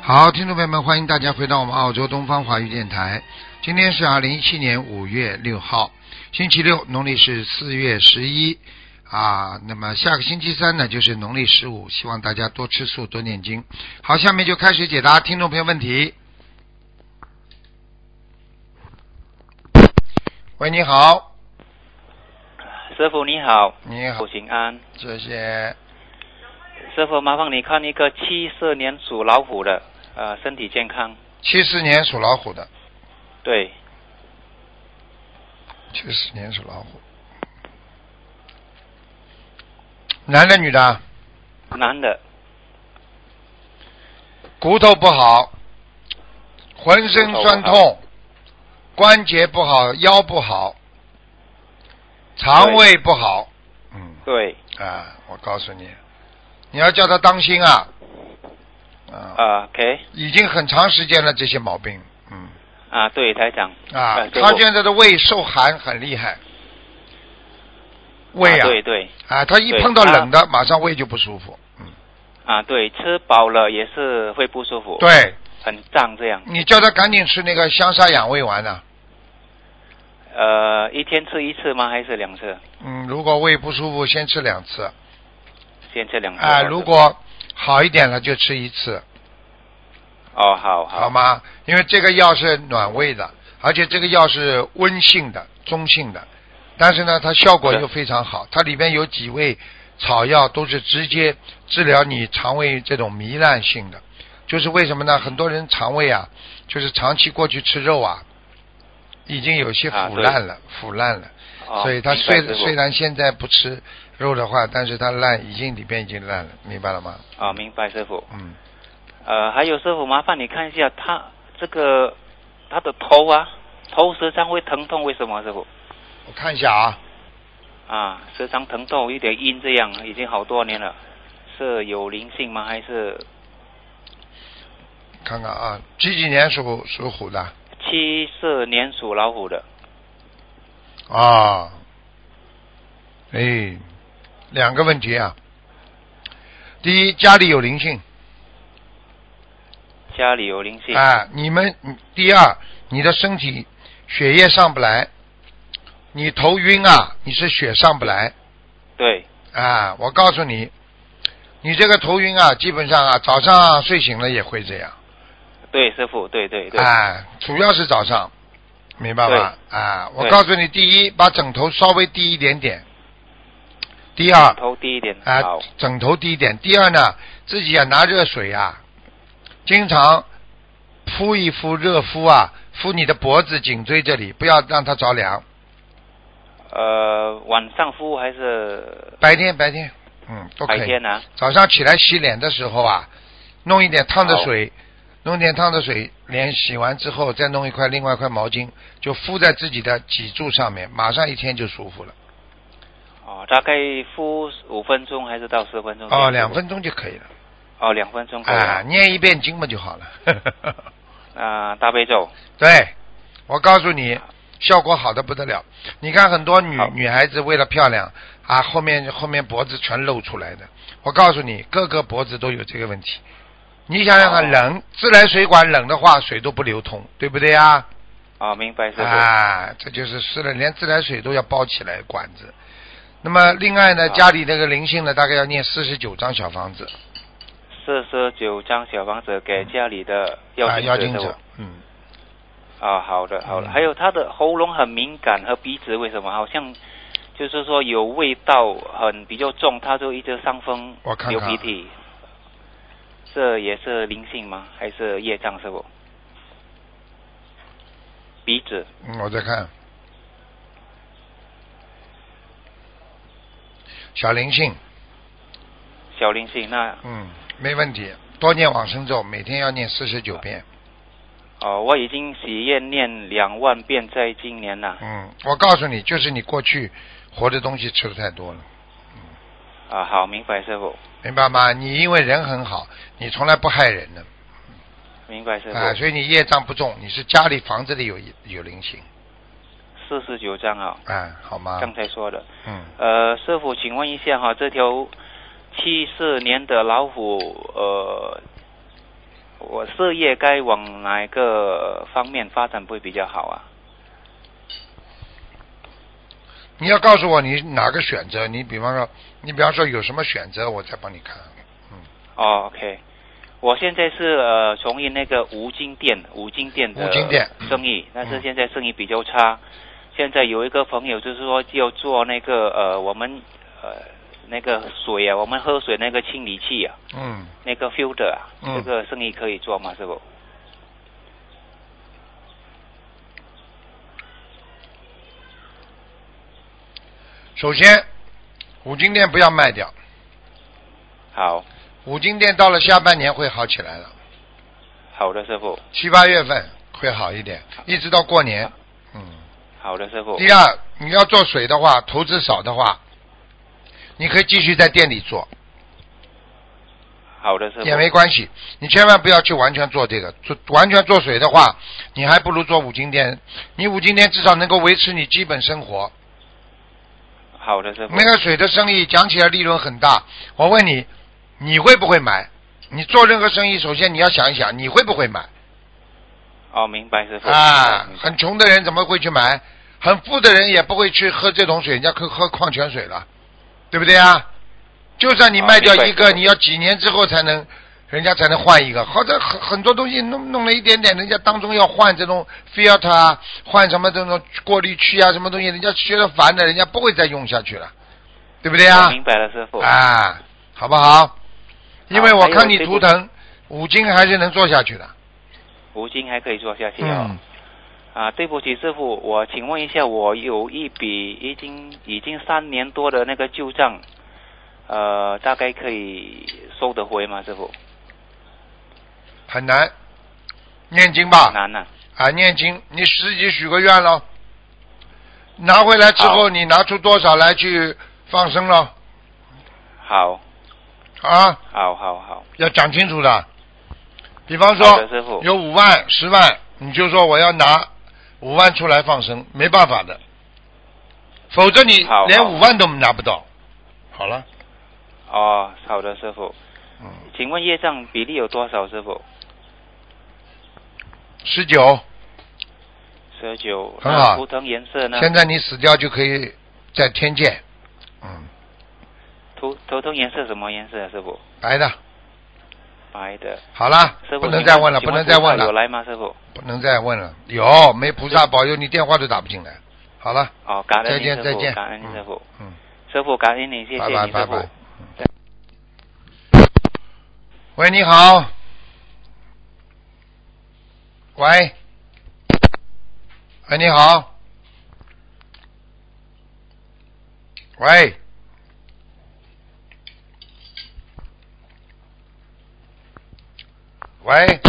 好，听众朋友们，欢迎大家回到我们澳洲东方华语电台。今天是二零一七年五月六号，星期六，农历是四月十一啊。那么下个星期三呢，就是农历十五，希望大家多吃素，多念经。好，下面就开始解答听众朋友问题。喂，你好，师傅你好，你好祝，平安。谢谢。师傅，麻烦你看一个七四年属老虎的，呃，身体健康。七四年属老虎的，对，七四年属老虎，男的女的啊？男的，骨头不好，浑身酸骨头不痛，关节不好，腰不好，肠胃不好。嗯对，啊，我告诉你，你要叫他当心啊。啊，啊、o k 已经很长时间了，这些毛病。嗯啊，对，台长，啊哎，对他我现在的胃受寒很厉害，胃啊对对，啊，他一对碰到他冷的，马上胃就不舒服。嗯，啊，对，吃饱了也是会不舒服，，对很胀这样，你叫他赶紧吃那个香砂养胃丸啊呢、呃，一天吃一次吗？还是两次？嗯，如果胃不舒服，先吃两次。先吃两次。啊，如果好一点了就吃一次，哦，好好吗？因为这个药是暖胃的，而且这个药是温性的、中性的，但是呢，它效果是又非常好。它里边有几味草药都是直接治疗你肠胃这种糜烂性的，就是为什么呢？很多人肠胃啊，就是长期过去吃肉啊，已经有些啊腐对烂了，腐烂了。哦所以他明白虽师傅虽然现在不吃肉的话，但是他烂已经里边已经烂了，明白了吗？哦，明白师傅。嗯。呃，还有师傅，麻烦你看一下他这个他的头啊，头时常会疼痛，为什么师傅？我看一下啊，啊，时常疼痛，有点晕，这样已经好多年了，是有灵性吗？还是看看啊，几几年属属虎的七四年属老虎的？啊？哎，两个问题啊。第一，家里有灵性，家里有灵性，啊，你们第二，你的身体血液上不来，你头晕啊，你是血上不来对，啊。我告诉你，你这个头晕啊，基本上啊，早上啊睡醒了也会这样。对，师傅，对对对，哎，主要是早上，明白吧？啊，我对告诉你，第一，把枕头稍微低一点点；第二，头低一点，啊好，，枕头低一点；第二呢，自己啊拿热水啊，经常敷一敷热敷啊，敷你的脖子、颈椎这里，不要让它着凉。呃，晚上敷还是白天白天，嗯，都可白以。天啊？早上起来洗脸的时候啊，弄一点烫的好水，弄点烫的水，脸洗完之后再弄一块另外一块毛巾，就敷在自己的脊柱上面，马上一天就舒服了。哦，大概敷五分钟还是到十分钟？哦，两。分钟就可以了。哦，两分钟可以啊，了。念一遍经嘛就好了。 啊，大悲咒，对，我告诉你，效果好的不得了。你看很多女好女孩子为了漂亮啊，后面后面脖子全露出来的。我告诉你，各个脖子都有这个问题。你想想看，哦冷自来水管冷的话，水都不流通，对不对呀？哦，明白师傅，啊，这就是湿了，连自来水都要包起来管子。那么另外呢，好家里那个灵性呢，大概要念四十九张小房子四十九张小房子给家里的啊，妖要精师傅者。，嗯，啊，好的，好的。嗯还有他的喉咙很敏感和鼻子为什么？好像就是说有味道很比较重，他就一直伤风我看流看啊鼻涕。这也是灵性吗？还是业障是不？鼻子嗯我再看小灵性，小灵性那嗯，没问题，多念往生咒，每天要念四十九遍。哦，我已经许愿念两万遍，在今年呐嗯，我告诉你，就是你过去活的东西吃的太多了。啊好，明白师傅，明白吗？你因为人很好，你从来不害人的明白师啊，傅。所以你业障不重。你是家里房子里有有灵性四十九章啊，啊，好吗？刚才说的。嗯，呃，师傅，请问一下哈，这条七四年的老虎，呃，我事业该往哪一个方面发展会比较好啊？你要告诉我你哪个选择，你比方说，你比方说有什么选择，我再帮你看。哦，OK，我现在是呃从业那个五金店，五金店的五金店生意，但是嗯现在生意比较差。现在有一个朋友就是说要做那个呃我们呃那个水啊，我们喝水那个清理器啊，嗯，那个 filter 啊，嗯这个生意可以做吗？师傅？首先，五金店不要卖掉，好，五金店到了下半年会好起来了，好的师傅，七八月份会好一点，一直到过年。嗯。好的师傅，第二，你要做水的话，投资少的话，你可以继续在店里做，好的师傅，也没关系。你千万不要去完全做这个，做完全做水的话，你还不如做五金店。你五金店至少能够维持你基本生活。好的师傅那，个水的生意讲起来利润很大，我问你，你会不会买？你做任何生意，首先你要想一想，你会不会买哦，明白师傅，啊明？白很穷的人怎么会去买？很富的人也不会去喝这种水，人家可喝矿泉水了，对不对啊？就算你啊卖掉明白一个，明白你要几年之后才能，人家才能换一个。好的，很很多东西弄弄了一点点，人家当中要换这种 filter 啊，换什么这种过滤器啊，什么东西，人家觉得烦的，人家不会再用下去了，对不对啊？我明白了师傅，啊，好不好？因为我还有看你这图部腾，五金还是能做下去的。五金还可以做下去哦。嗯，啊，对不起，师傅，我请问一下，我有一笔已经已经三年多的那个旧账，呃，大概可以收得回吗？师傅，很难。念经吧，难呐、啊，念经，你自己许个愿喽。拿回来之后，好你拿出多少来去放生喽？好，啊，好，好，好，要讲清楚的。比方好说的，师傅，有五万、十万，你就说我要拿五万出来放生，没办法的，否则你好连好五万都拿不到。好了，哦，好的，师傅，嗯，请问业障比例有多少？师傅，十九。十九，很好那图腾颜色呢？现在你死掉就可以在天界，嗯，图头腾颜色什么颜色、啊？师傅，白的，白的。好了，师傅，不能再问了，请不能再问请菩萨了，有来吗？师傅，不能再问了。有没菩萨保佑，你电话都打不进来。好了，哦，感再恩您见师再傅，见，感恩您师傅，嗯，师傅感恩您，嗯，谢谢拜您拜师拜傅拜。。嗯喂，你好。喂，喂，你好。喂。喂，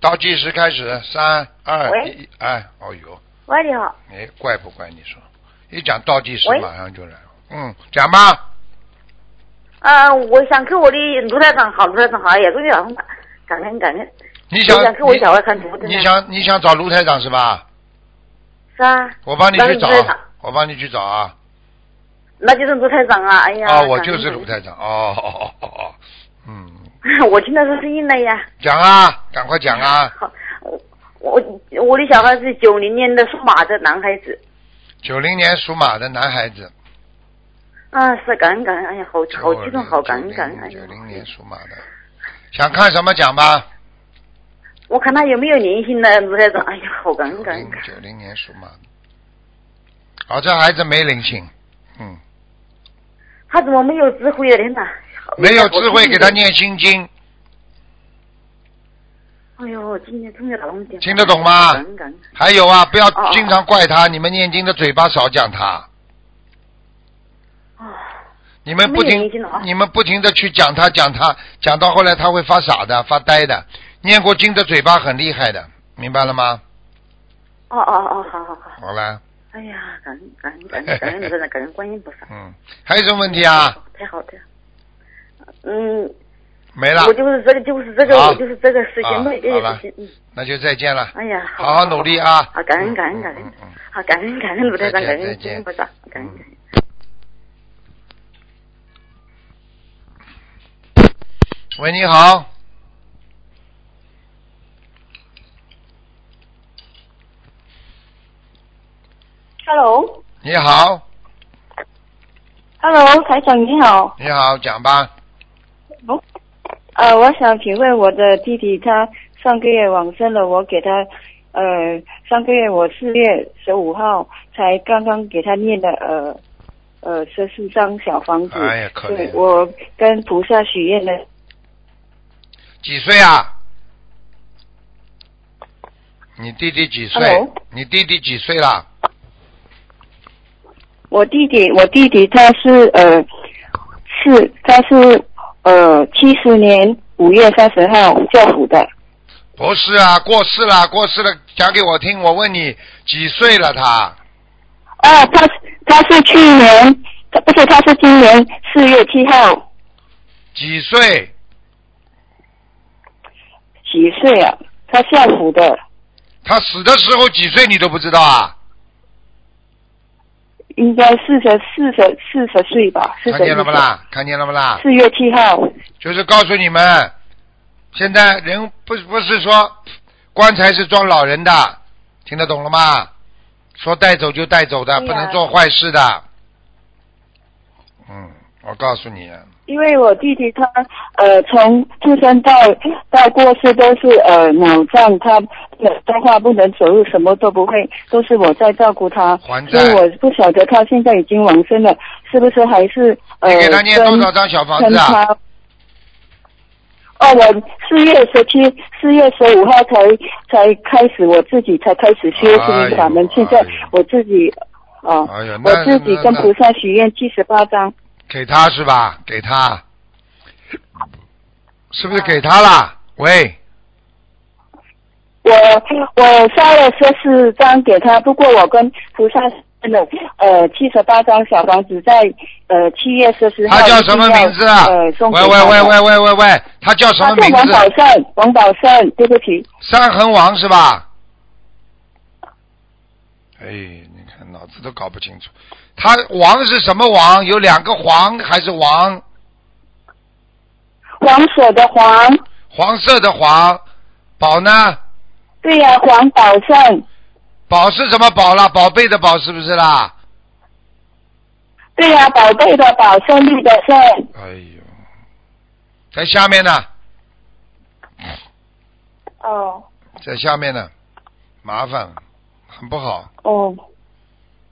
倒计时开始，三二喂一，哎，哦呦，喂，你好，哎，怪不怪你说？一讲倒计时喂马上就来了，嗯，讲吧，啊、我想给我的卢台长好，卢台长好，也跟你讲，感恩感恩，你想我想给我小孩看图腾你，你想你想找卢台长是吧？是啊，我帮你那去是找卢台长，我帮你去找啊。那就是卢台长啊，哎呀，啊，我就是感卢恩台长。哦哦哦哦，嗯，感恩 我听到这声音了呀，讲啊，赶快讲啊！好，我我我的小孩是九零年的属马的男孩子，九零年属马的男孩子，啊，是感恩感恩，哎呀，好好激动，好感恩90感恩，哎呀九，零年属马的，想看什么讲吧？我看他有没有灵性呢，卢台长，哎呀，好感恩感恩，感恩九零年属马的，哦，这孩子没灵性，嗯，他怎么没有智慧啊？天哪，好没有智慧，给他，念心经，哎呦，今天终于打通电话，听得懂吗感恩感恩。还有啊，不要哦哦经常怪他，你们念经的嘴巴少讲他，哦你们不没有停灵性了啊，你们不停的去讲他，讲他，讲到后来他会发傻的，发呆的。念过经的嘴巴很厉害的，明白了吗？哦哦哦，好好好。好了，哎呀，感恩感恩感恩 感恩你真的感恩观音菩萨。哦嗯，还有什么问题啊？太好太好。嗯，没了我，就是这个，就是这个，好我就是这个事啊情，没别好了的事情。嗯，那就再见了，哎呀，好好努力啊！好感恩感恩嗯感恩嗯嗯好，感恩感恩卢台长，再感见恩再观见嗯音菩萨，感恩感恩。嗯喂，你好， Hello，Hello，你好，台长你好。你好，讲吧。哦呃，我想请问我的弟弟他上个月往生了，我给他呃上个月我四月十五号才刚刚给他念的呃呃十四张小房子。哎呀，可对，怜。我跟菩萨许愿了，几岁啊？你弟弟几岁 Hello？你弟弟几岁了？我弟弟，我弟弟他是呃，是他是呃七十年五月三十号教辅的，不是啊，过世了，过世了，讲给我听。我问你几岁了他？哦，他他是去年，他不是他是今年四月七号几岁？几岁啊？他教辅的，他死的时候几岁你都不知道啊？应该四十四十四十岁吧，四十看见了不啦？看见了不啦？四月七号，就是告诉你们，现在人不不是说棺材是装老人的，听得懂了吗？说带走就带走的，对呀不能做坏事的。嗯，我告诉你，啊因为我弟弟他呃从出生到到过世都是呃脑胀，他说话不能走路，什么都不会，都是我在照顾他。还所债以我不晓得他现在已经往生了，是不是还是呃你跟给他念多少张小房跟子啊？他？哦，我四月十七、四月十五号才才开始，我自己才开始修哎呦行法门。现在哎呦我自己，哦，哎呦，我那自己那跟那菩萨许愿七十八张。给他是吧？给他，是不是给他啊啦？喂，我我烧了十四张给他，不过我跟菩萨申了呃七十八张小房子在呃七月十四号他叫什么名字啊？一定要呃，送给喂他喂喂喂喂喂喂，他叫什么他名是王字宝？胜，王宝胜，对不起，三横王是吧？哎，你看脑子都搞不清楚。他王是什么王？有两个黄还是王？黄所的黄，黄色的黄，宝呢？对呀、黄宝胜，宝是什么宝啦？宝贝的宝是不是啦？对呀、宝贝的宝，胜利的胜，哎呦，在下面呢，哦在下面呢，麻烦，很不好。哦。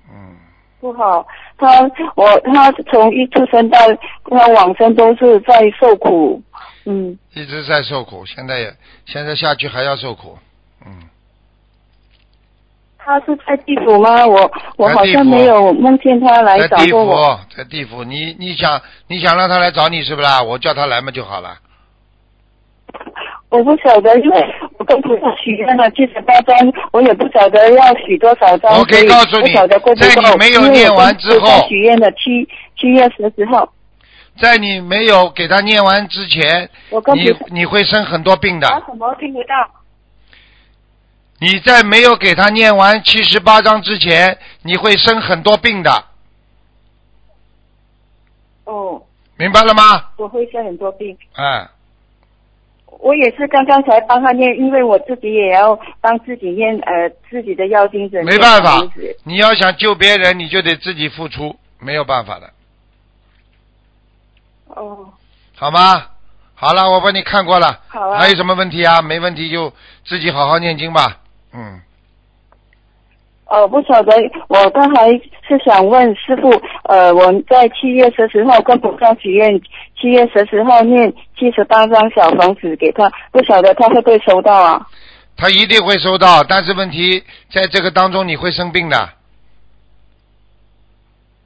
嗯，不好，他我他从一出生到他往生都是在受苦，嗯，一直在受苦，现在也现在下去还要受苦。嗯，他是在地府吗？我我好像没有梦见他来在找地过我。府，哦在地府，你你想你想让他来找你是不是啦？我叫他来嘛就好了。我不晓得，因为我跟菩萨许愿了七十八张，我也不晓得要许多少张。我可以所告诉你不晓得够不够。在你没有因为我念完之后跟菩萨许愿的七七月十四号，在你没有给他念完之前，我跟菩你萨你会生很多病啊的。什么听不到？你在没有给他念完七十八章之前，你会生很多病的，哦，明白了吗？我会生很多病。哎，我也是刚刚才帮他念，因为我自己也要帮自己念呃自己的药精子。没办法念小房子，你要想救别人，你就得自己付出，没有办法的，哦，好吗？好了，我帮你看过了，好啊还有什么问题啊？没问题就自己好好念经吧。嗯，哦，不晓得，我刚才是想问师傅，呃，我在七月十四号跟菩萨许愿，七月十四号念七十八张小房子给他，不晓得他会不会收到啊？他一定会收到，但是问题在这个当中你会生病的。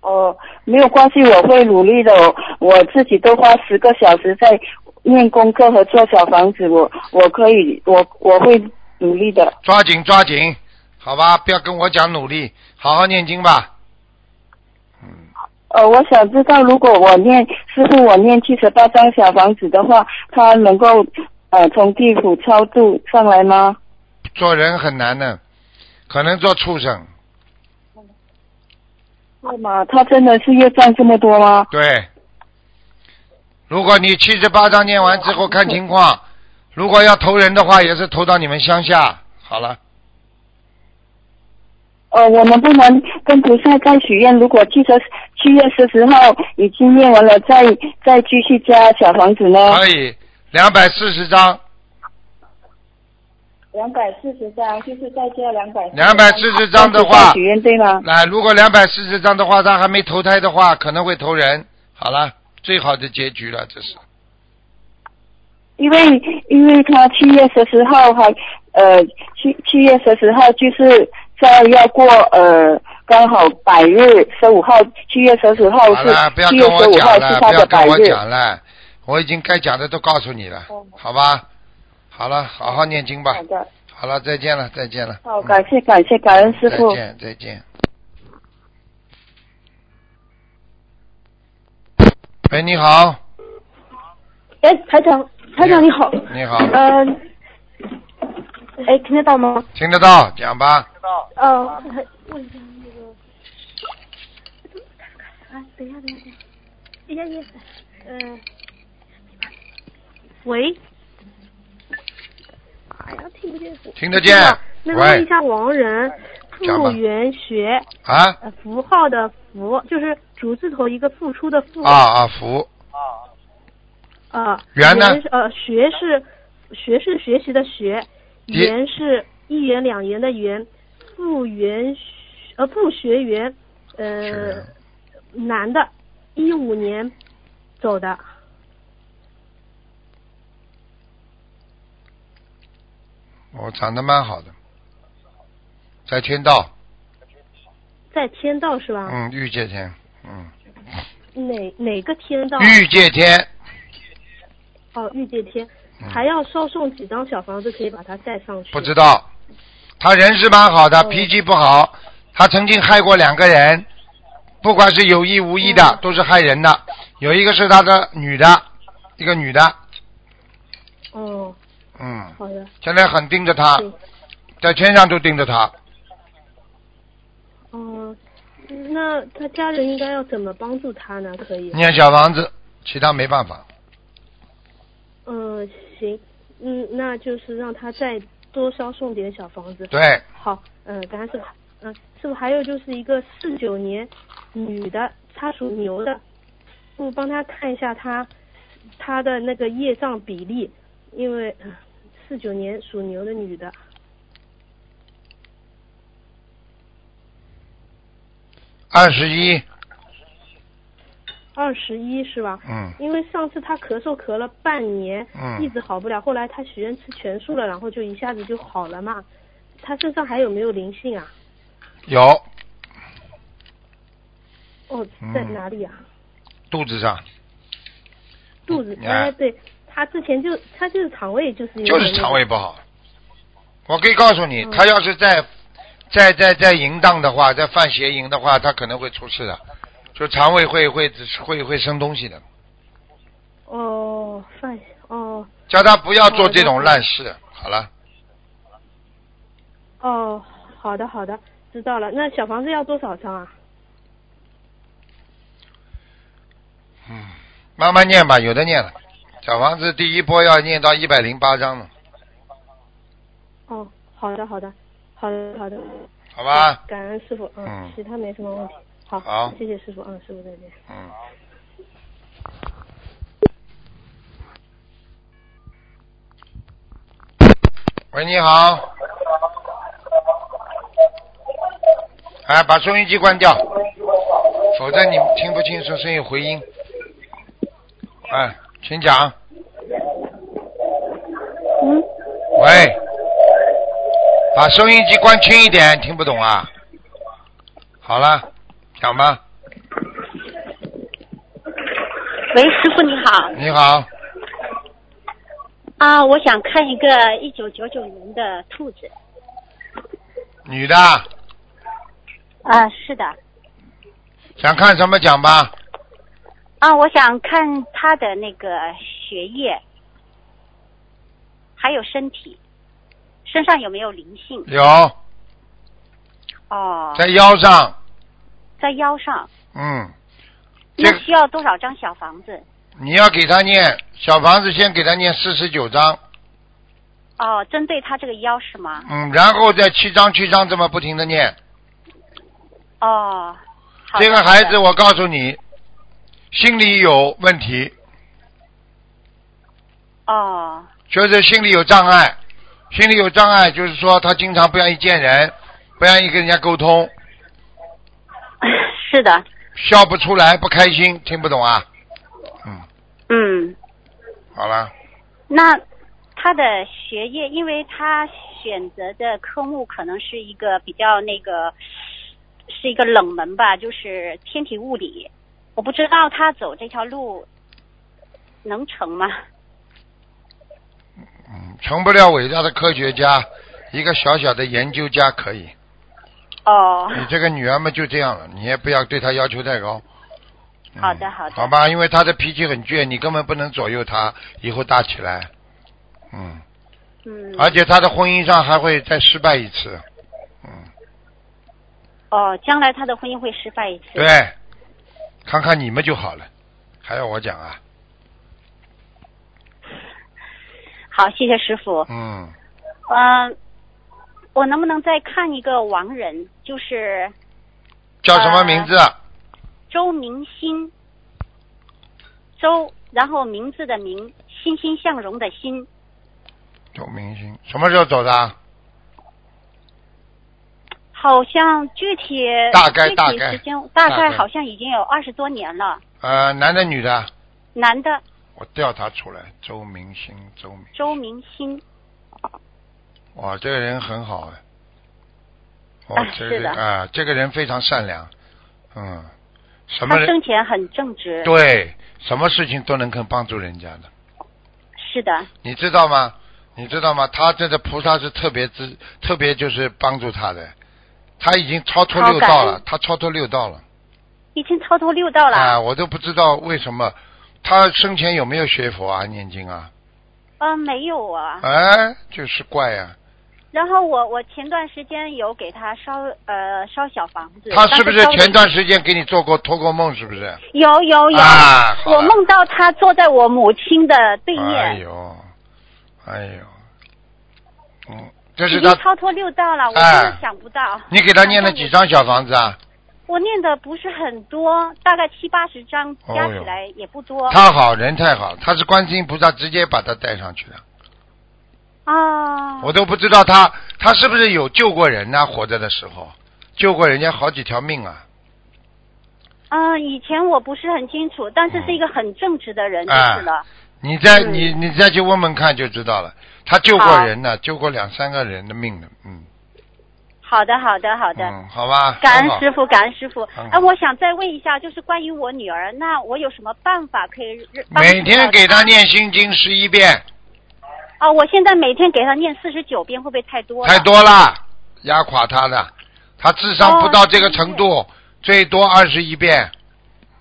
哦，没有关系，我会努力的，我我自己都花十个小时在念功课和做小房子，我我可以，我我会努力的。抓紧抓紧，好吧，不要跟我讲努力，好好念经吧。嗯，呃，我想知道，如果我念师傅，我念七十八张小房子的话，他能够呃从地府超度上来吗？做人很难的，可能做畜生。是吗？他真的是业障这么多吗？对，如果你七十八章念完之后看情况，如果要投人的话，也是投到你们乡下。好了，呃，我们不能跟菩萨再许愿。如果七十七月十四号已经念完了，再再继续加小房子呢？可以，两百四十张，两百四十张，就是再加两百。 240张的话许愿对吗？那如果两百四十张的话，他还没投胎的话，可能会投人。好了，最好的结局了，这是。因为因为他七月十四号还呃七七月十四号就是在要过呃刚好百日十五号，七月十四号好哦是了，不要七跟月我十五号讲是了，他不要的百跟我日。哦讲了，我已经该讲的都告诉你了，好吧？好了，好好念经吧。好的，好了，再见了，再见了。好，嗯感谢感谢感恩师傅。再见，再见。喂，你好，哎，台长，台长你你好。你好呃，哎，听得到吗？听得到，讲吧。嗯、哦呃，问一下那个。哎，等一下，等一下，等一下，等一下，嗯。喂。哎呀，听不见。听得见那个喂问一下王仁，讲吧复原学，啊呃，符号的符，就是竹字头一个付出的付。啊啊，福啊，圆呢是呃，学是学是学习的学，一言是一言两言的言，复原学呃复学员呃是男的，一五年走的，我哦长得蛮好的，在天道，在天道是吧？嗯，玉界天，嗯，哪哪个天道？玉界天，哦，玉界天。嗯还要烧送几张小房子，可以把它带上去。不知道，他人是蛮好的，哦脾气不好，他曾经害过两个人，不管是有意无意的，嗯都是害人的。有一个是他的女的，一个女的，哦，嗯，好的，现在很盯着他，对，在天上都盯着他。嗯、那他家人应该要怎么帮助他呢？可以？念小房子，其他没办法。嗯，行，嗯，那就是让他再多烧送点小房子。对，好，嗯，感恩师傅，嗯，师傅还有就是一个四九年女的，她属牛的，师傅帮她看一下她她的那个业障比例，因为四九年属牛的女的，二十一，二十一是吧？嗯，因为上次她咳嗽咳了半年，嗯一直好不了，后来她许愿吃全素了，然后就一下子就好了嘛。她身上还有没有灵性啊？有哦，在嗯哪里啊？肚子上，肚子你，看哎，对，他之前就他就是肠胃就是有嗯就是点那个肠胃，不好。我可以告诉你，嗯他要是在在在在淫荡的话，在犯邪淫的话，他可能会出事的，就肠胃会会会会生东西的。哦，饭哦叫他不要做这好种的烂事。好了，哦，好的好的，知道了。那小房子要多少张啊？慢慢念吧，有的念了。小房子第一波要念到一百零八章呢，哦，好的好的，好的好的，好吧？感恩师傅，嗯嗯，其他没什么问题。好，好谢谢师傅，嗯，师傅再见。嗯。喂，你好。哎，把收音机关掉，否则你听不清楚，声音有回音。哎，请讲。嗯，喂，把收音机关轻一点，听不懂啊。好了，讲吧。喂，师傅你好你好，啊，我想看一个一九九九年的兔子女的，啊，是的想看什么讲吧？啊，我想看他的那个学业，还有身体，身上有没有灵性？有，哦，在腰上，在腰上，嗯，这那个需要多少张小房子？你要给他念小房子，先给他念四十九章，哦，针对他这个腰是吗？嗯，然后再七章七章这么不停的念，哦，好的这个孩子，好的我告诉你，心里有问题，哦 就是心里有障碍，心里有障碍，就是说他经常不愿意见人，不愿意跟人家沟通，是的，笑不出来，不开心，听不懂啊？嗯，嗯，好了，那他的学业，因为他选择的科目可能是一个比较那个，是一个冷门吧，就是天体物理。我不知道他走这条路能成吗？嗯，成不了伟大的科学家，一个小小的研究家可以。哦，你这个女儿嘛就这样了，你也不要对她要求太高。嗯好的好的好吧，因为她的脾气很倔，你根本不能左右她以后大起来。嗯，嗯，而且她的婚姻上还会再失败一次。嗯，哦，将来他的婚姻会失败一次。对，看看你们就好了，还要我讲啊？好，谢谢师傅。嗯，嗯、我能不能再看一个亡人，就是叫什么名字？呃周明心，周，然后名字的名，欣欣向荣的欣，周明星，什么时候走的啊？好像具体大概具大体概时间大大概概好像已经有二十多年了。呃，男的女的？男的我调查出来，周明星，周明，周明心，哇，这个人很好哎。哦，啊这是个的啊，这个人非常善良，嗯，什么他人生前很正直，对，什么事情都能肯帮助人家的，是的，你知道吗？你知道吗？他这个菩萨是特别之，特别就是帮助他的，他已经超脱好六感道了恩，他超脱六道了。已经超脱六道了。啊，我都不知道为什么他生前有没有学佛啊、念经啊？嗯、没有啊。哎，就是怪啊呀、然后我我前段时间有给他烧呃烧小房子，他是不是但烧得前段时间给你做过托过梦？是不是？有有有、啊好了我梦到他坐在我母亲的对面，哎呦，哎呦，嗯，这已是经他，超脱六道了，我真哎的想不到。你给他念了几张小房子啊？我念的不是很多，大概七八十张，哦加哟起来也不多。他好人太好，他是观世音菩萨直接把他带上去的，啊，我都不知道他他是不是有救过人呢、活着的时候救过人家好几条命啊！嗯，以前我不是很清楚，但是是一个很正直的人嗯就是了。你再嗯你你再去问问看就知道了，他救过好人呢、救过两三个人的命呢，嗯，好的，好的，好的。嗯，好吧，感很好恩师傅，感恩师傅。很哎、好我想再问一下，就是关于我女儿，那我有什么办法可以帮助每天到给他念心经十一遍，哦，我现在每天给她念四十九遍，会不会太多了？太多了，压垮他的。他智商不到这个程度，哦最多二十一遍，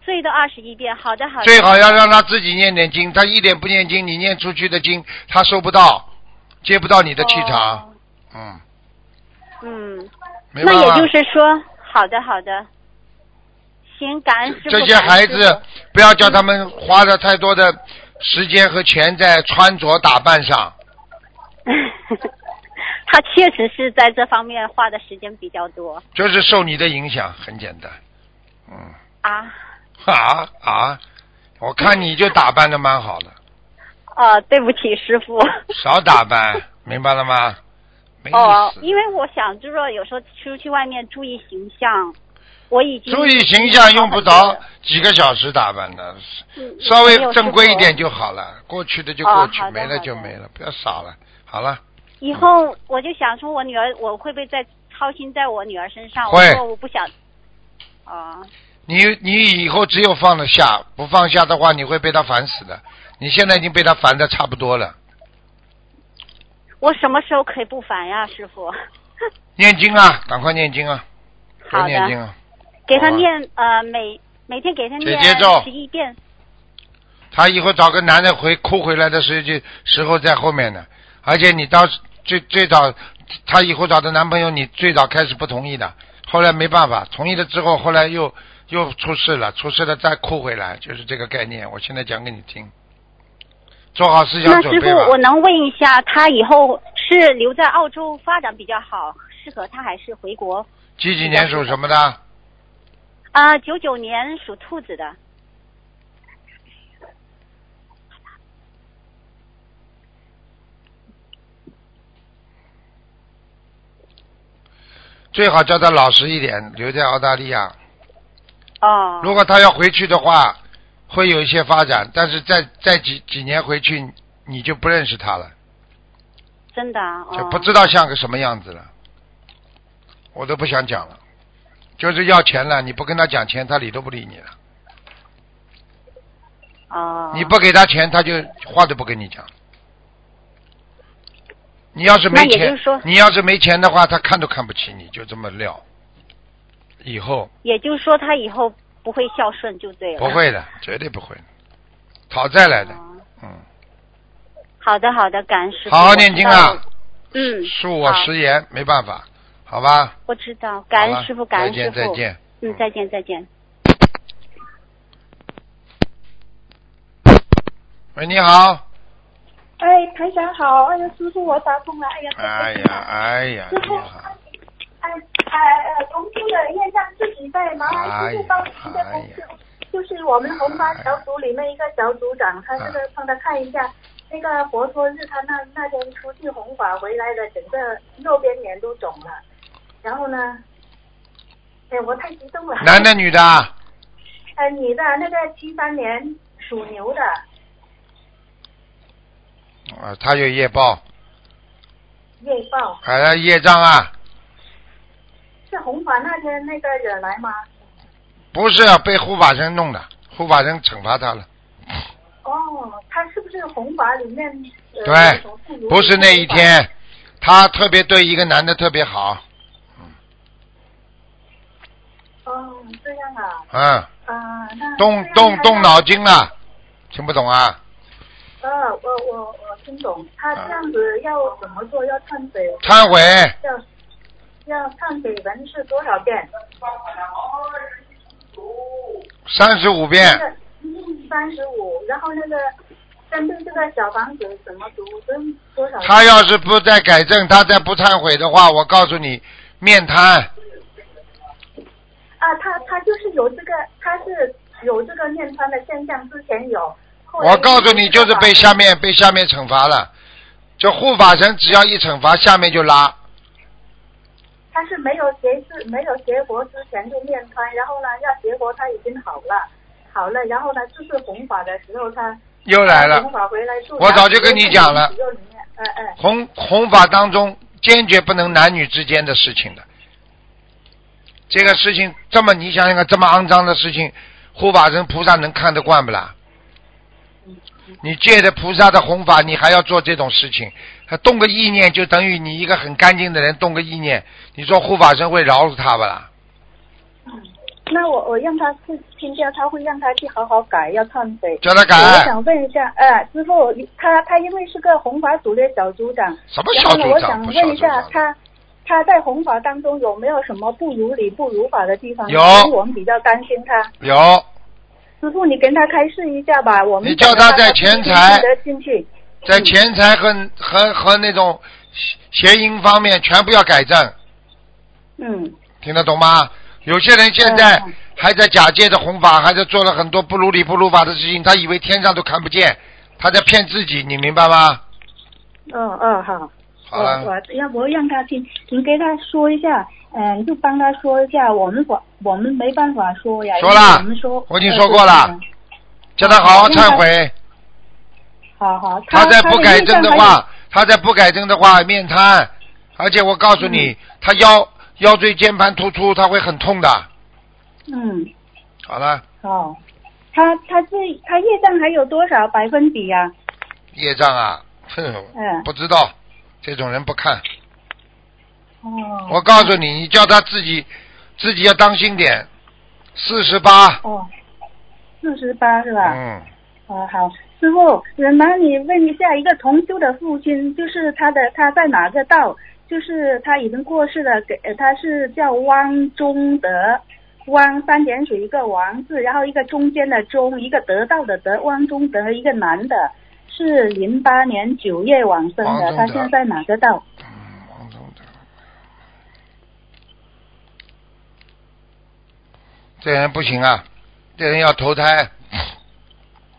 最多二十一遍。好的，好的。最好要让他自己念点经。他一点不念经，你念出去的经他收不到，接不到你的气场。哦嗯，嗯，明白那吗？也就是说，好的，好的。行，感恩哎师傅。这些感恩孩师子不要叫他们花了太多的时间和钱在穿着打扮上。傅， 他确实是在这方面花的时间比较多就是受你的影响，很简单。嗯，啊。啊啊，我看你就打扮的蛮好的，呃，对不起，师傅。少打扮，明白了吗？没意思。哦，因为我想，就是说有时候出去外面注意形象，我已经注意形象用不着几个小时打扮的，嗯稍微没有正规师一傅点就好了。过去的就哦过去，好的没了好就的没了，不要傻了。好了，以后我就想说，我女儿我会不会再操心在我女儿身上？会我说我不想。啊、你你以后只有放得下，不放下的话，你会被他烦死的。你现在已经被他烦的差不多了。我什么时候可以不烦呀，师傅？ 念经啊，赶快念经啊，多好念经的，啊。给他好啊念呃每每天给他姐念姐咒十一遍。他以后找个男的回哭回来的时候就时候在后面呢，而且你到最最早，他以后找的男朋友你最早开始不同意的，后来没办法，同意了之后，后来又又出事了，出事了再哭回来，就是这个概念。我现在讲给你听，做好思想那师准傅备，吧我。能问一下，他以后是留在澳洲发展比较好，适合他还是回国？几几年属什么的？啊，九九年属兔子的，最好叫他老实一点，留在澳大利亚。哦，如果他要回去的话，会有一些发展，但是再再几几年回去，你就不认识他了，真的啊，就哦，不知道像个什么样子了。我都不想讲了，就是要钱了，你不跟他讲钱，他理都不理你了。哦，你不给他钱，他就话都不跟你讲。你要是没那也就钱是说，你要是没钱的话，他看都看不起你，就这么撂。以后也就是说他以后不会孝顺就对了，啊不会的，绝对不会的，讨债来的。哦嗯，好的好的，感恩师傅，好好我念知经道啊了，嗯，恕我好食言，没办法，好吧？我知道，感好了恩师傅，感恩再师见，再傅，见。嗯，再见再见。喂，你好。哎，台长好！哎呀，师傅，我打通了！哎呀，哎呀，哎呀，师你傅好。 哎哎呃，同修的业障自己在麻哎烦师傅帮您的同修，就是我们红发小组里面一个小组长，他啊这个帮他看一下那个活佛日，他那那天出去弘法回来的，整个右边脸都肿了。然后呢，哎，我太激动了。男的，女的啊？呃，女的，那个七三年属牛的，啊，他有业报，业报还、啊、业障啊？是红法那天那个惹来吗？不是啊被护法神弄的，护法神惩罚他了。哦，他是不是红法里面？呃、对有什么如不是那一天，他特别对一个男的特别好，哦，这样啊，嗯，啊，那动这样动他动脑筋了，听不懂啊？呃，我我我听懂，他这样子要怎么做？要忏悔，忏悔，要要忏悔文是多少遍？三十五那遍，个三十五，然后那个针对这个小房子怎么读？跟多少？他要是不再改正，他再不忏悔的话，我告诉你，面瘫，啊，他他就是有这个，他是有这个面瘫的现象，之前有。后来我告诉你，就是被下面被下面惩罚了。这护法神只要一惩罚，下面就拉，他是没有结是没有结果之前就面瘫，然后呢，要结果他已经好了，好了，然后呢，就是弘法的时候他又来了弘。法回来住我早就跟你讲了然后就在里面嗯嗯，弘弘法当中坚决不能男女之间的事情的。这个事情这么你想想看，这么肮脏的事情，护法神菩萨能看得惯不啦？你借着菩萨的弘法，你还要做这种事情，他动个意念就等于你一个很干净的人动个意念，你说护法神会饶恕他不啦？那我我让他去听掉，他会让他去好好改，要忏悔。叫他我改想问一下，呃，师傅，他他因为是个弘法组的小组长，什么然小后呢，组我长想不小问一组下长？他。他在弘法当中有没有什么不如理、不如法的地方？有所以我们比较担心他。有师傅，你跟他开示一下吧。我们你叫想让他在听前听台得进去。在钱财和和和那种谐谐音方面全部要改正。嗯，听得懂吗？有些人现在还在假借着弘法，还在做了很多不如理不如法的事情，他以为天上都看不见，他在骗自己，你明白吗？哦哦好。好了，我我要我让他听，你给他说一下，嗯、就帮他说一下，我们我我们没办法说呀。说因为了我们说，我已经呃说过了。就叫是他好好忏悔。好好，他再他不改正的印象还有，话，他再不改正的话，面瘫。而且我告诉你，他腰腰椎间盘突出，他会很痛的。嗯，好了，好，哦他他这他业障还有多少百分比呀、业障啊，哼，嗯不知道，这种人不看。哦我告诉你，你叫他自己自己要当心点，四十八，哦，四十八是吧？嗯。哦，好，师傅，呃麻烦你问一下，一个同修的父亲，就是他的他在哪个道？就是他已经过世了，给、呃他是叫汪中德，汪三点水一个王字，然后一个中间的中，一个得到的得，汪中德，一个男的，是零八年九月往生汪的，中德他现在在哪个道？嗯，王总的，这人不行啊，这人要投胎，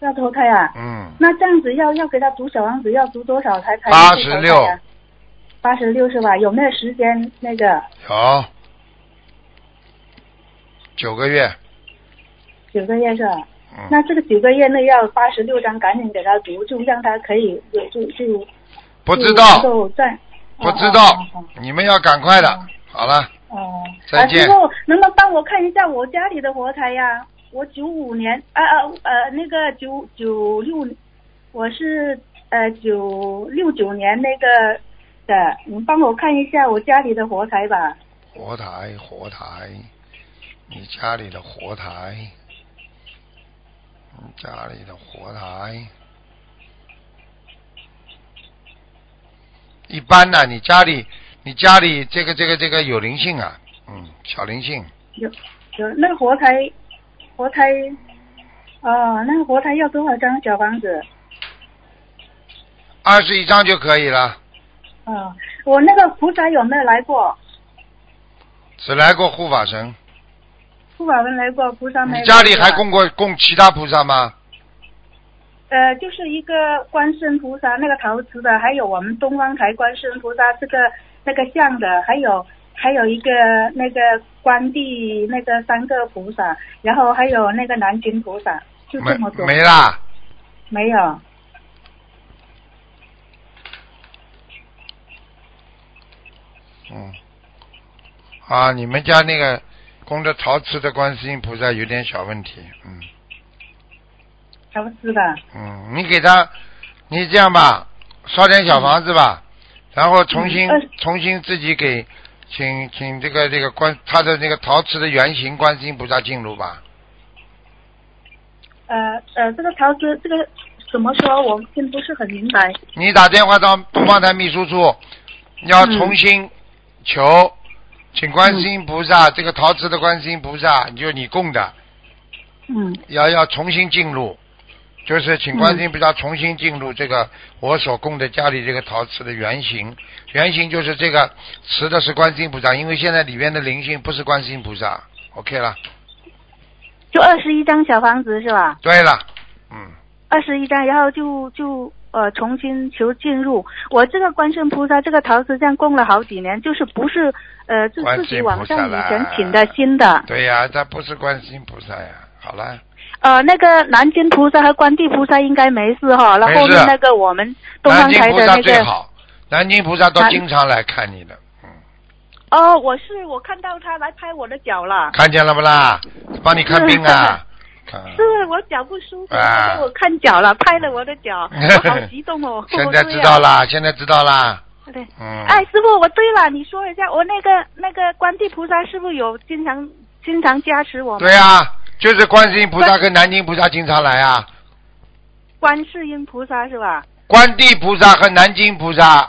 要投胎啊？嗯，那这样子要要给他读小王子，要读多少才才86？八十六是吧？有没有时间那个有九个月，九个月是吧？嗯，那这个九个月内要八十六章，赶紧给他读，就让他可以有就就不知就能道，够在不知道哦哦哦，你们要赶快的。好了，哦哦再见啊师傅，能不能帮我看一下我家里的活财呀？我九五年，啊啊呃，那个九九六，我是呃九六九年那个的，你帮我看一下我家里的活财吧。活台活台，你家里的活台，你家里的活台，一般呢、你家里你家里这个这个这个有灵性啊，嗯，小灵性，有有那个活台，活台，哦，那个活台要多少张小房子？二十一张就可以了，嗯，我那个菩萨有没有来过？只来过护法神。护法文来过，菩萨没来你过。家里还供过供其他菩萨吗？呃，就是一个观世音菩萨那个陶瓷的，还有我们东方台观世音菩萨这个那个像的，还有还有一个那个观地那个三个菩萨，然后还有那个南京菩萨，就没这么多。没啦，没有。嗯，啊，你们家那个供着陶瓷的观世音菩萨有点小问题，嗯陶瓷的，嗯，你给他，你这样吧，烧点小房子吧，然后重新、嗯二十重新自己给，请请这个这个观他的那个陶瓷的原型观世音菩萨进入吧，呃呃，这个陶瓷这个怎么说？我并不是很明白。你打电话到东方台秘书处，要嗯重新求，请观世音菩萨、这个陶瓷的观世音菩萨，就是你供的，嗯要要重新进入，就是请观世音菩萨重新进嗯入这个我所供的家里这个陶瓷的原型，原型就是这个瓷的是观世音菩萨，因为现在里面的灵性不是观世音菩萨，OK 了。就二十一张小房子是吧？对了，嗯，二十一张，然后就就呃重新求进入。我这个观世音菩萨这个陶瓷像供了好几年，就是不是呃是观自世己音网菩萨上啦以前请的新的。对呀、它不是观世音菩萨呀。好了，呃，那个南京菩萨和观地菩萨应该没事哈。那没事后面那个我们东南方京台菩的萨那最个好，南京菩萨都南经常来看你的，嗯。哦，我是我看到他来拍我的脚了，看见了不啦？帮你看病啊。看 是我脚不舒服，啊。他给我看脚了，拍了我的脚，我好激动哦 现在知道啦，现在知道啦。对啊。对。嗯。哎，师傅，我对了，你说一下，我那个那个观地菩萨是不是有经常经常加持我们？对啊，就是观世音菩萨跟南京菩萨经常来啊，观世音菩萨是吧？观地菩萨和南京菩萨，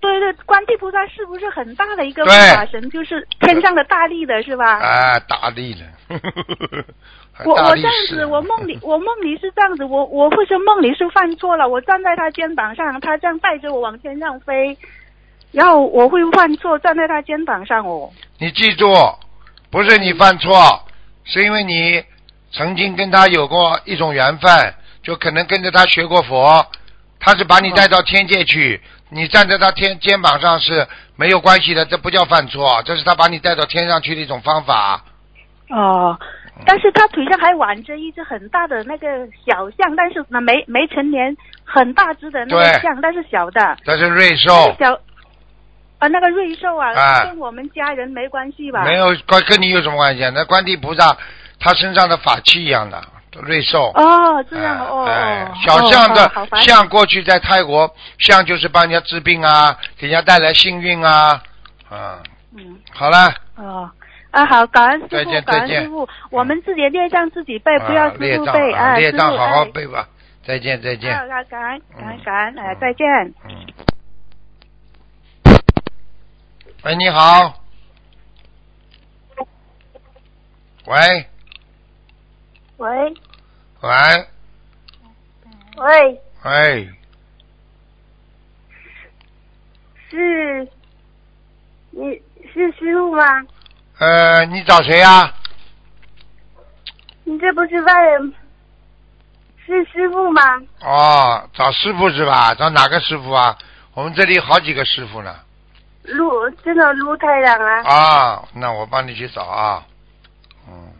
对对，观地菩萨是不是很大的一个护对法神，就是天上的大力的是吧？啊，大力了。还我大我力这样士子，我梦里我梦里是这样子，我我会说梦里是犯错了，我站在他肩膀上，他这样带着我往天上飞，然后我会犯错，站在他肩膀上哦。 你记住，不是你犯错，是因为你曾经跟他有过一种缘分，就可能跟着他学过佛，他是嗯把你带到天界去，你站在他天肩膀上是没有关系的，这不叫犯错，这是他把你带到天上去的一种方法。哦，但是他腿上还挽着一只很大的那个小象，但是那没没成年，很大只的那对个象，但是小的，但是瑞那兽个小啊那个瑞兽啊，啊跟我们家人没关系吧？没有关跟你有什么关系啊？那观地菩萨他身上的法器一样的瑞兽。哦，这样哦，哎哦小象的哦好好烦象过去在泰国，象就是帮人家治病啊，给人家带来幸运啊，嗯，嗯好了，哦。啊，好，感恩师再傅见，感再恩见师傅，我们自己的业障自己背，不要啊师列傅账背啊，列师傅账好好哎，啊背吧，再见，再见好，，好感恩感嗯恩感恩，哎嗯，再见。嗯。喂，你好。喂喂喂喂，喂，是，你是师傅吗？呃，你找谁呀、你这不是外人，是师傅吗？哦，找师傅是吧？找哪个师傅啊？我们这里好几个师傅呢。卢，真的卢台长啊。啊，那我帮你去找啊。嗯。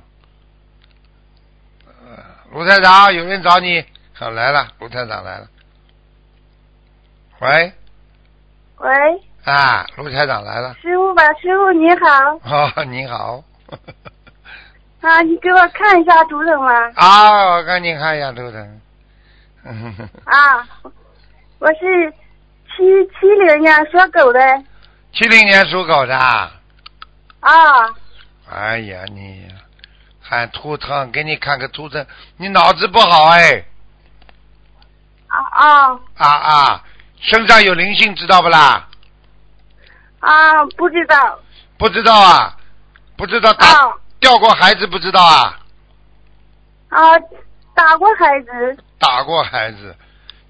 呃，卢台长，有人找你。好，来了，卢台长来了。喂，喂，啊，卢台长来了。师傅吧，师傅你好哦，你好。 啊，你给我看一下图腾吗？啊，我赶紧看一下头疼。嗯啊，我是七七零年属狗的 七零年属狗的啊。啊，哎呀，你看图腾，给你看个图腾，你脑子不好哎，啊啊啊啊，身上有灵性，知道不啦？啊，不知道不知道啊，不知道打、啊掉过孩子不知道啊，啊，打过孩子打过孩子，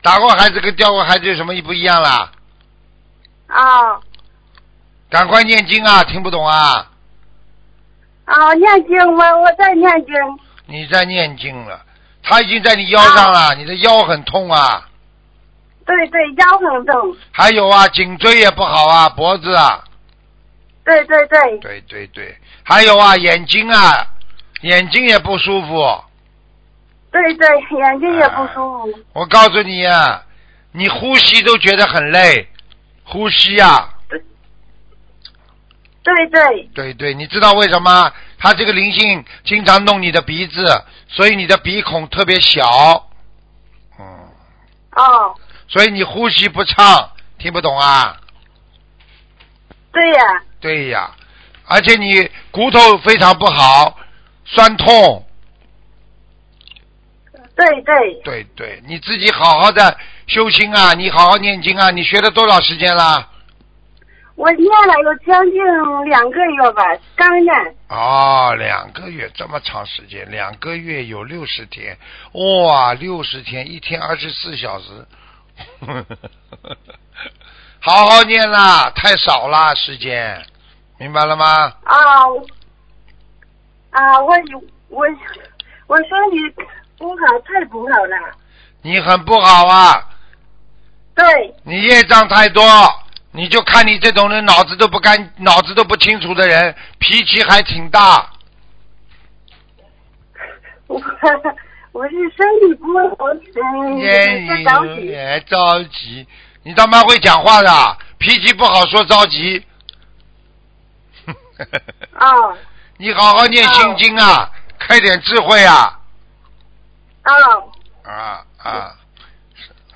打过孩子跟掉过孩子有什么不一样啦？啊赶快念经啊，听不懂啊？啊，念经我我在念经你在念经了，他已经在你腰上了，你的腰很痛啊，对对，腰很痛，还有啊，颈椎也不好啊，脖子啊，对对对对对对，还有啊，眼睛啊，眼睛也不舒服。啊对对，眼睛也不舒服我告诉你啊，你呼吸都觉得很累，呼吸呀、啊，对对对对，你知道为什么？他这个灵性经常弄你的鼻子，所以你的鼻孔特别小，嗯，哦，所以你呼吸不畅，听不懂啊？对呀、对呀，而且你骨头非常不好，酸痛，对对，对对，你自己好好的修心啊，你好好念经啊，你学了多少时间啦？我念了有将近两个月吧，刚念。哦，两个月这么长时间，两个月有六十天，哇，六十天，一天二十四小时， 好好念啦，太少啦时间，明白了吗？啊，我啊，我有我我身体不好，太不好了。你很不好啊，对你业障太多，你就看你这种人脑子都不干，脑子都不清楚的人，脾气还挺大，我我是身体不好，嗯，烟是着你急。也着急，你他妈会讲话的，脾气不好说着急。 啊你好好念心经哦啊，开点智慧啊！啊啊啊！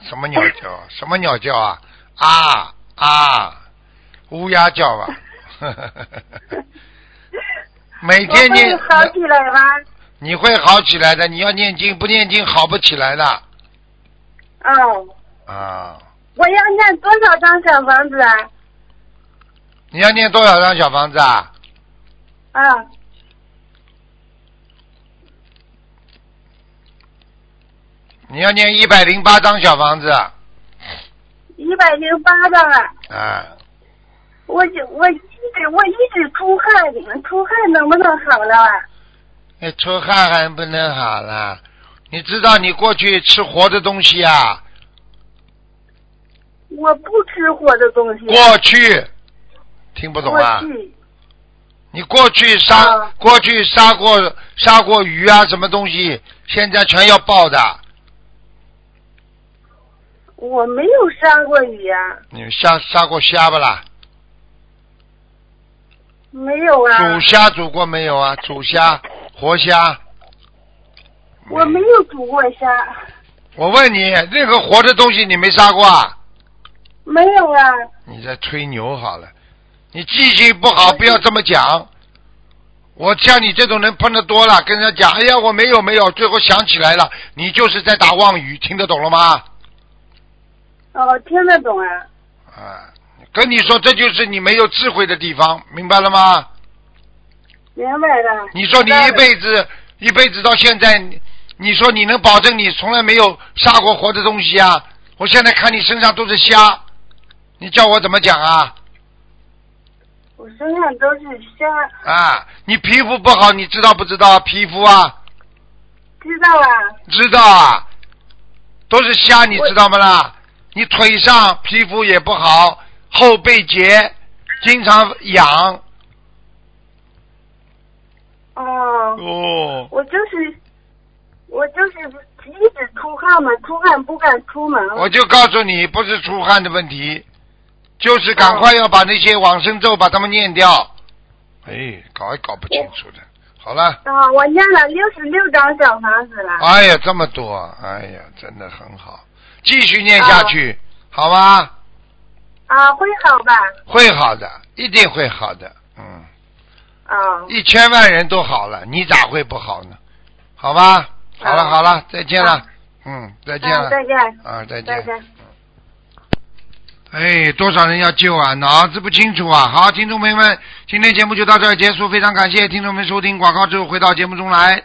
什么鸟叫？什么鸟叫啊？啊啊！乌鸦叫啊 吧。 每我天会念，好起来吗？你会好起来的。你要念经，不念经好不起来的。哦，啊！我要念多少张小房子啊？你要念多少张小房子啊？啊你要念一百零八张小房子啊！一百零八张啊！我就我一直我一直出汗，出汗能不能好了啊？那哎出汗还不能好了？你知道你过去吃活的东西啊？我不吃火的东西。过去听不懂啊我？去你过去杀、啊过去杀过杀过鱼啊，什么东西？现在全要报的。我没有杀过鱼啊，你杀杀过虾不啦？没有啊煮，虾煮过没有啊？煮虾、活虾。我没。有煮过虾，我问你，任何活的东西你没杀过啊？没有啊，你在吹牛好了，你记性不好，不要这么讲。我像你这种人碰得多了，跟人家讲，哎呀，我没有没有，最后想起来了，你就是在打妄语，听得懂了吗？哦，听得懂啊，啊，跟你说，这就是你没有智慧的地方，明白了吗？明白了。你说你明白一了辈子一辈子到现在，你你说你能保证你从来没有杀过活的东西啊？我现在看你身上都是虾，你叫我怎么讲啊？我身上都是虾，啊，你皮肤不好，你知道不知道啊？皮肤啊，知道啊。知道啊，都是瞎，你知道吗啦？你腿上皮肤也不好，后背节经常痒。哦，哦，我就是我就是一直出汗嘛，出汗不敢出门。我就告诉你，不是出汗的问题，就是赶快要把那些往生咒把它们念掉。哎，搞也搞不清楚的。好了，啊，我念了六十六张小房子了。哎呀，这么多，哎呀，真的很好，继续念下去，好吧？啊，会好吧？会好的，一定会好的，嗯，啊，一千万人都好了，你咋会不好呢？好吧，好了啊好了，再见了，嗯，再见啊了，再见，啊，再再见。见。哎，多少人要救啊？脑子不清楚啊！好，听众朋友们，今天节目就到这儿结束，非常感谢听众们收听广告之后回到节目中来。